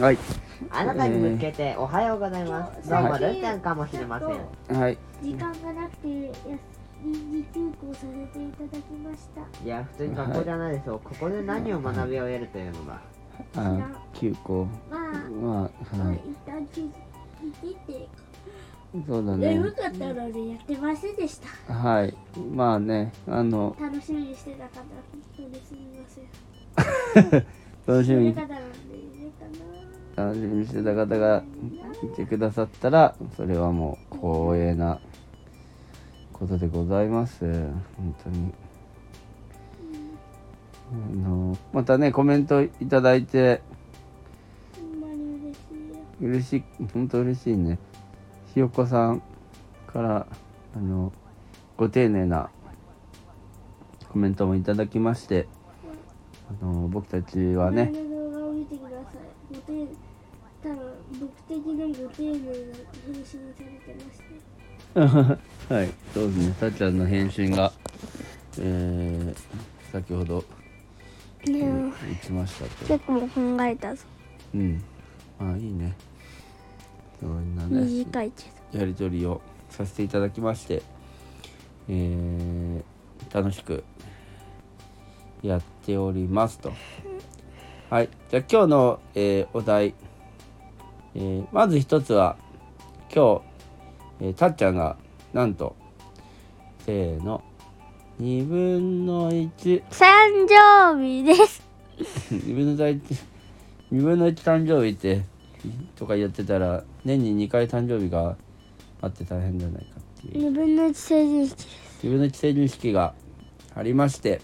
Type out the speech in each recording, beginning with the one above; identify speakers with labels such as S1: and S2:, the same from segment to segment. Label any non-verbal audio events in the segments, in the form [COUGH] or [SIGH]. S1: はい
S2: あなたに向けておはようございます。どうもルンちゃんかもしれません。
S1: はい
S3: 時間がなくてやす臨時休校させていただきました
S2: いや、普通に学校じゃないでしょう。ここで何を学びを得るというのが。
S1: あ休校
S3: まあ、
S1: まあ
S3: まあ
S1: はい
S3: 一旦聞いてて
S1: そうだね
S3: 眠かったのでやってませんでした
S1: はいまあねあの
S3: 楽しみにしてなかった本当にすみません
S1: 楽しみ
S3: 寝
S1: に
S3: 方なんでいいかな
S1: 楽しみにしてた方が来てくださったらそれはもう光栄なことでございます本当にあのまたねコメントいただいて
S3: ほんまに嬉しいよ
S1: 嬉しい本当嬉しいねひよこさんからあのご丁寧なコメントもいただきましてあの僕たちはね [LAUGHS]
S3: 前の動画を見てくださいご丁寧多分僕的なご丁寧な返信されてました
S1: はい、そうですね。さっちゃんの返信が、えー、先ほど
S3: ね
S1: 打ちましたけど、
S3: 結構考えたぞ
S1: うん、まあいいね。そんなね、
S3: いけ
S1: やりとりをさせていただきまして、えー、楽しくやっておりますと。はい、じゃあ今日の、えーお題、えーまず一つは今日、えーたっちゃんがなんとせーの2分の1 [LAUGHS]
S3: 誕生日です
S1: 2分の1 2分の1誕生日ってとかやってたら年に2回誕生日があって大変じゃないかっていう
S3: 2分の1成人式
S1: 自分の成人式がありまして、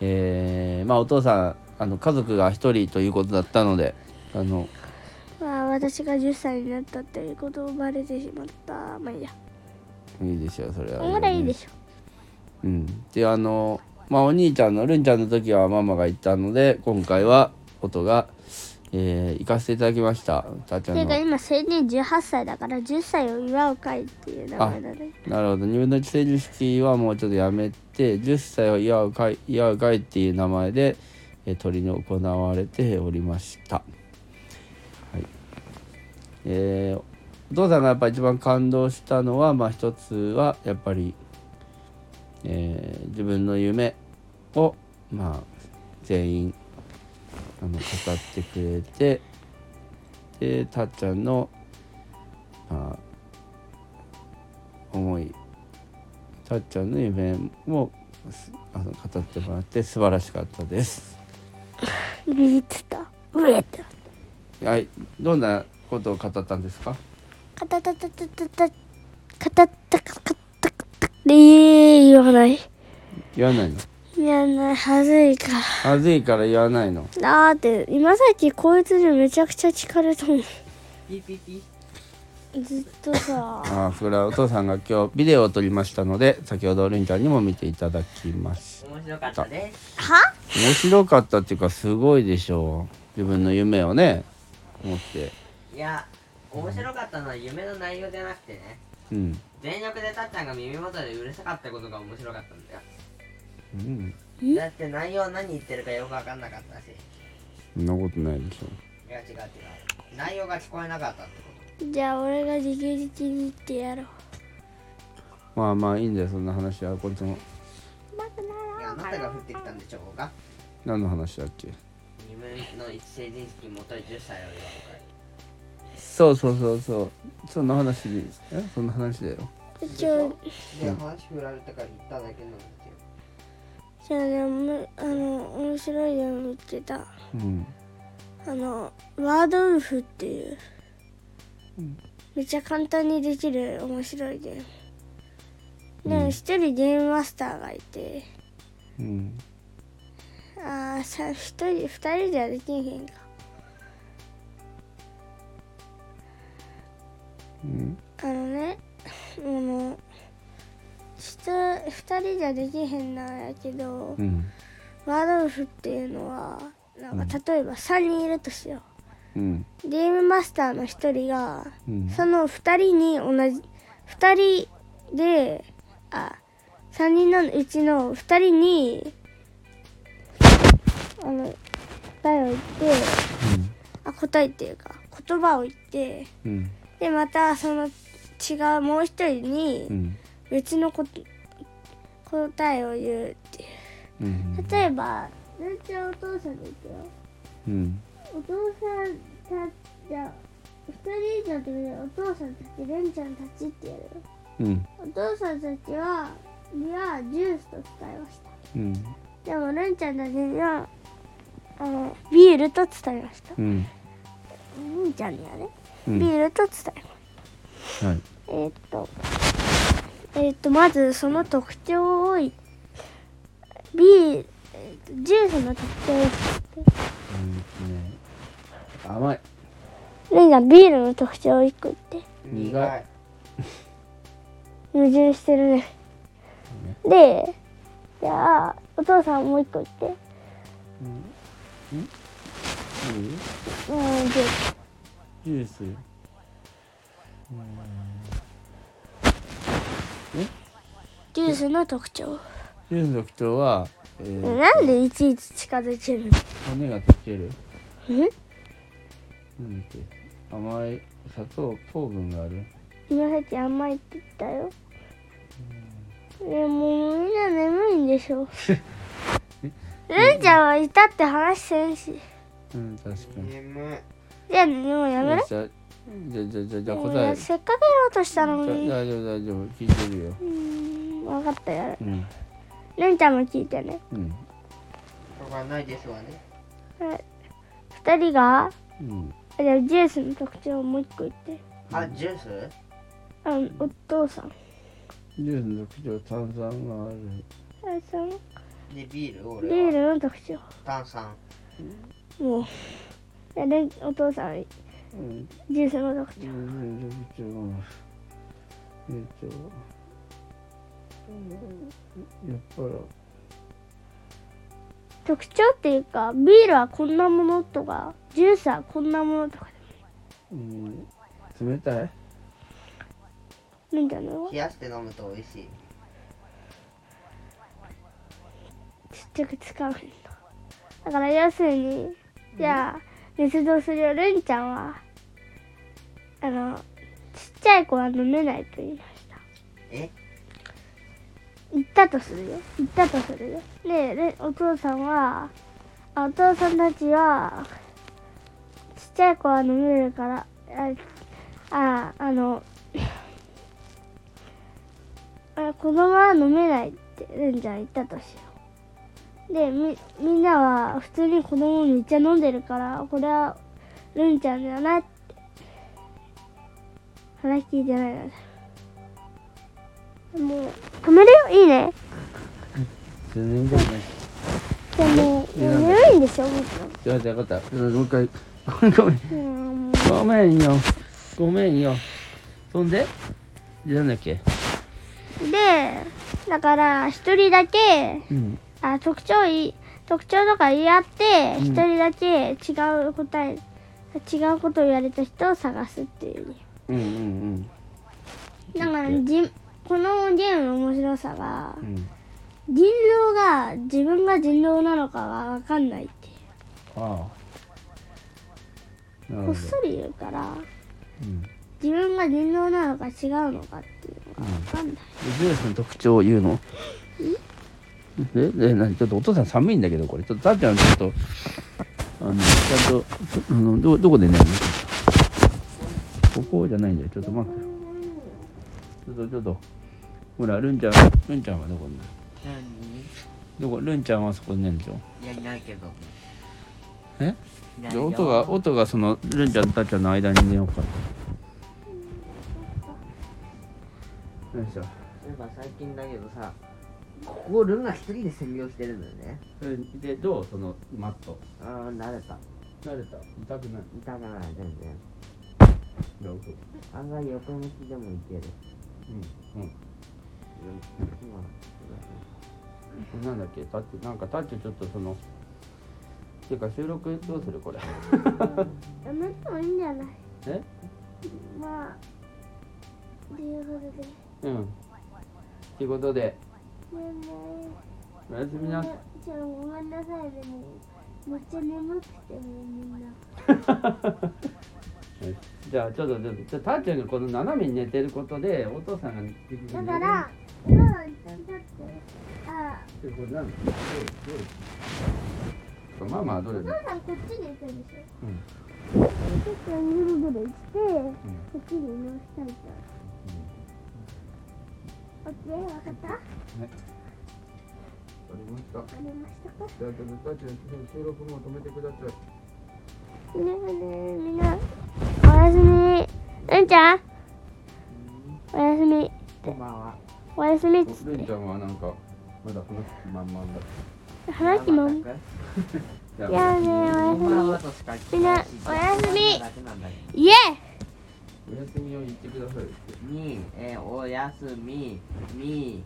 S1: えーまあお父さんあの家族が1人ということだったのであの
S3: まあ私が10歳になったっていうことをバレてしまったまあいいや
S1: いいですよそれは、
S3: こんぐらいいいでしょ
S1: うん、であのまあお兄ちゃんのるんちゃんの時はママが行ったので今回は音が、えー行かせていただきましたたっちゃ
S3: て
S1: んの
S3: いうか今成人18歳だから10歳を祝う会っていう名前なので
S1: なるほど2分の1成人式はもうちょっとやめて10歳を祝う会祝う会っていう名前で、えー、りに行われておりました、はいえーお父さんがやっぱ一番感動したのはまあ一つはやっぱり、えー自分の夢をまあ全員あの語ってくれてでたっちゃんのまあ思いたっちゃんの夢もすあの語ってもらって素晴らしかったです
S3: ビビってたうえって
S1: はいどんなことを語ったんですか
S3: カタタタタタタカタタカタタカタで言わない
S1: 言わないの
S3: 言わない恥ずいから
S1: まずいから言わないの
S3: だって今さっきこいつにめちゃくちゃ聞かれたもん
S2: ピピピ。
S3: ずっとさ
S1: ああそれはお父さんが今日ビデオを撮りましたので先ほどるんちゃんにも見ていただきまし
S2: 面白かったです。
S3: は
S1: 面白かったっていうかすごいでしょう自分の夢をね持って
S2: いや、面白かったのは夢の内容じゃなくてね。
S1: うん、
S2: 全力でたっちゃんが耳元でうるさかったことが面白かったんだよ。
S1: うん、
S2: だって内容何言ってるかよくわかんなかったし。
S1: そんなことないでしょ
S2: いや違う違う。内容が聞こえなかったってこ
S3: じゃあ俺が自給自足に行ってやろう
S1: まあまあいいんだよそんな話はこいつも
S3: まく
S2: と。いや、あなたが降ってきたんでしょうか。
S1: 何の話だっけ
S2: 2分の1成人式元に10歳を祝う会。
S1: そうそうそうそうそんな話でえそんな話だよ
S3: じゃあ
S2: で、話振られたから言っただけなんですよ。
S3: じゃあねむあの面白いの見つけた
S1: うん
S3: あのワードウルフっていう、めっちゃ簡単にできる面白いゲームでも一人ゲームマスターがいて
S1: うん
S3: ああさ一人二人じゃできんへんか
S1: うん
S3: あのねあの人二人じゃできへんなんやけど、
S1: うん
S3: ワードウルフっていうのはなんか例えば3人いるとしよ
S1: うん
S3: うゲームマスターの一人が
S1: うん
S3: その2人に同じ2人であ3人のうちの2人にあの答えを言ってあ答えっていうか言葉を言って
S1: うん
S3: でまたその違うもう一人
S1: う
S3: に
S1: ん
S3: 別のこと答えを言うってい
S1: うん
S3: う例えばなんちゃんお父さんで行くよ
S1: うん
S3: お父さんたじゃあ二人以上ってことでお父さんたちレンちゃんたちってやる
S1: うん
S3: お父さんたちはにはジュースと伝えました
S1: うん
S3: でもレンちゃんたちにはあのビールと伝えました
S1: うん
S3: 兄ちゃんにはね
S1: う
S3: ビ
S1: ん
S3: ールと伝えます、
S1: はい
S3: えーっとえーっとまずその特徴をいビールえーっとジュースの特徴を
S1: うんとね甘い
S3: レンちゃんビールの特徴を1個言って
S1: 苦い
S3: 矛盾してるねでじゃあお父さんもう一個言って
S1: うん
S3: うんジュース
S1: ジュースうん
S3: ジュースの特徴
S1: ジュースの特徴は、えー
S3: なんでいちいち近づいてるの
S1: 骨が溶ける
S3: え
S1: なんだっけ甘い砂糖糖分がある
S3: 今さっき甘いって言ったよでもみんな眠いんでしょルンちゃんはいたって話せんし
S1: うん確かに
S2: 眠い
S3: じゃあもうやめ
S1: よ
S3: ろ
S1: しじゃあじゃあじゃあじゃあじゃあ
S3: もう
S1: 答え
S3: やせっかくやろうとしたの
S1: じ
S3: に
S1: ゃあ大丈夫大丈夫聞いてるよ
S3: うん分かったよ
S1: うん
S3: ルンちゃんも聞いてね
S1: うん
S2: しょうがないですわね
S3: 二人が
S1: うん
S3: あじゃあジュースの特徴をもう一個言って
S2: あジュース
S3: あのお父さん
S1: ジュースの特徴炭酸がある
S3: お父さん
S2: でビー
S3: ビ
S2: ル俺
S3: ー
S2: は
S3: ルの特徴
S2: 炭酸
S3: もうじゃあルンお父さん
S1: うん
S3: ジュースの特徴
S1: ジュースの特徴がえっとうんやっぱり
S3: 特徴っていうかビールはこんなものとかジュースはこんなものとか
S1: うん冷たい
S3: なんだろう
S2: 冷やして飲むと美味しい
S3: ちっちゃく使うんだだから要するにじゃあ熱動するよルンちゃんはあのちっちゃい子は飲めないと言いました
S2: え
S3: 言ったとするよ言ったとするよでレンお父さんはあお父さんたちはちっちゃい子は飲めるからあああのあ子供は飲めないってレンちゃん言ったとしようでみみんなは普通に子供めっちゃ飲んでるからこれはルンちゃんだなって話聞いてないのでもう止めるよいいね
S1: 全然ない
S3: でもう
S1: いや
S3: 眠いんでしょ僕は
S1: じゃあじゃあ分かったもう一回ごめん
S3: うん
S1: ごめんよ。ごめんよ。そんででなんだっけ
S3: でだから一人だけ
S1: うん。
S3: あ特徴い特徴とか言い合って
S1: うん
S3: 一人だけ違う答え、違うことを言われた人を探すっていう
S1: うんうん
S3: だからじこのゲームの面白さが
S1: うん。うん。
S3: 人狼が自分が人狼なのかが分かんないっていう
S1: ああ。なる
S3: こ
S1: ほ
S3: っ
S1: ど。
S3: そり言うから
S1: うん。で
S3: 自分が人狼なのか違うのかっていうのが分かんない、
S1: ジュースの特徴を言うのええ何ちょっとお父さん寒いんだけどこれちょっとたっちゃんちょっとあのちゃんとあのどどこで寝るのここじゃないんだよちょっと待ってちょっとちょっとほらルンちゃんルンちゃんはどこにいる
S2: 何
S1: どこルンちゃんはそこに寝るでしょ
S2: いやいないけど
S1: え
S2: いない
S1: じゃあ
S2: よ
S1: 音が音がそのルンちゃんとタッちゃんの間に出ようか。よいし
S2: そ
S1: ょ。
S2: ういえば最近だけどさここルナ一人で占領してるんだよね
S1: うんでどうそのマット。
S2: ああ慣れた
S1: 慣れた。痛くない。
S2: 痛くない全然
S1: どう
S2: 案外横向きでもいける
S1: うんうん。なんだっけタッチなんかタッチちょっとその。ていうか収録どうするこ
S4: [LAUGHS]
S1: れ。
S3: やめてもいいんじゃない
S1: え？
S3: まあということで
S1: うん。ということで
S3: でも
S1: おやすみなさい。
S3: ちょっとごめんなさいでもめっちゃ眠くてもみんな
S1: [LAUGHS] じゃあちょっとちょっとじゃあたーちゃんがこの斜めに寝てることでお父さんが
S3: だからそうだってあ
S1: これ何どれどれママはどれ
S3: お父さんこっちに行くんでしょ
S1: うん
S3: ちょっとぐるぐるして、こっちに移動したいと。オッケー、わかった。わか
S4: ありました。
S3: りましたか。
S4: じゃあ、ちょっと、ちゃん、収録も止めてください。
S3: ねえねえ、みんな。おやすみ。うんちゃん。おやすみ。
S2: こんばんは。
S3: おやすみ。
S4: ルンちゃんはなんか、まだ話す気満々だ。
S3: 話しまん。
S4: じゃあ、
S3: やねえ、お
S2: こんばんは
S3: や
S2: としか聞
S3: みんなおやすみ
S2: だけなんだけ
S3: す
S2: ど
S3: み。イエ
S4: お休みを言ってください。
S2: に、えーおやすみ、み、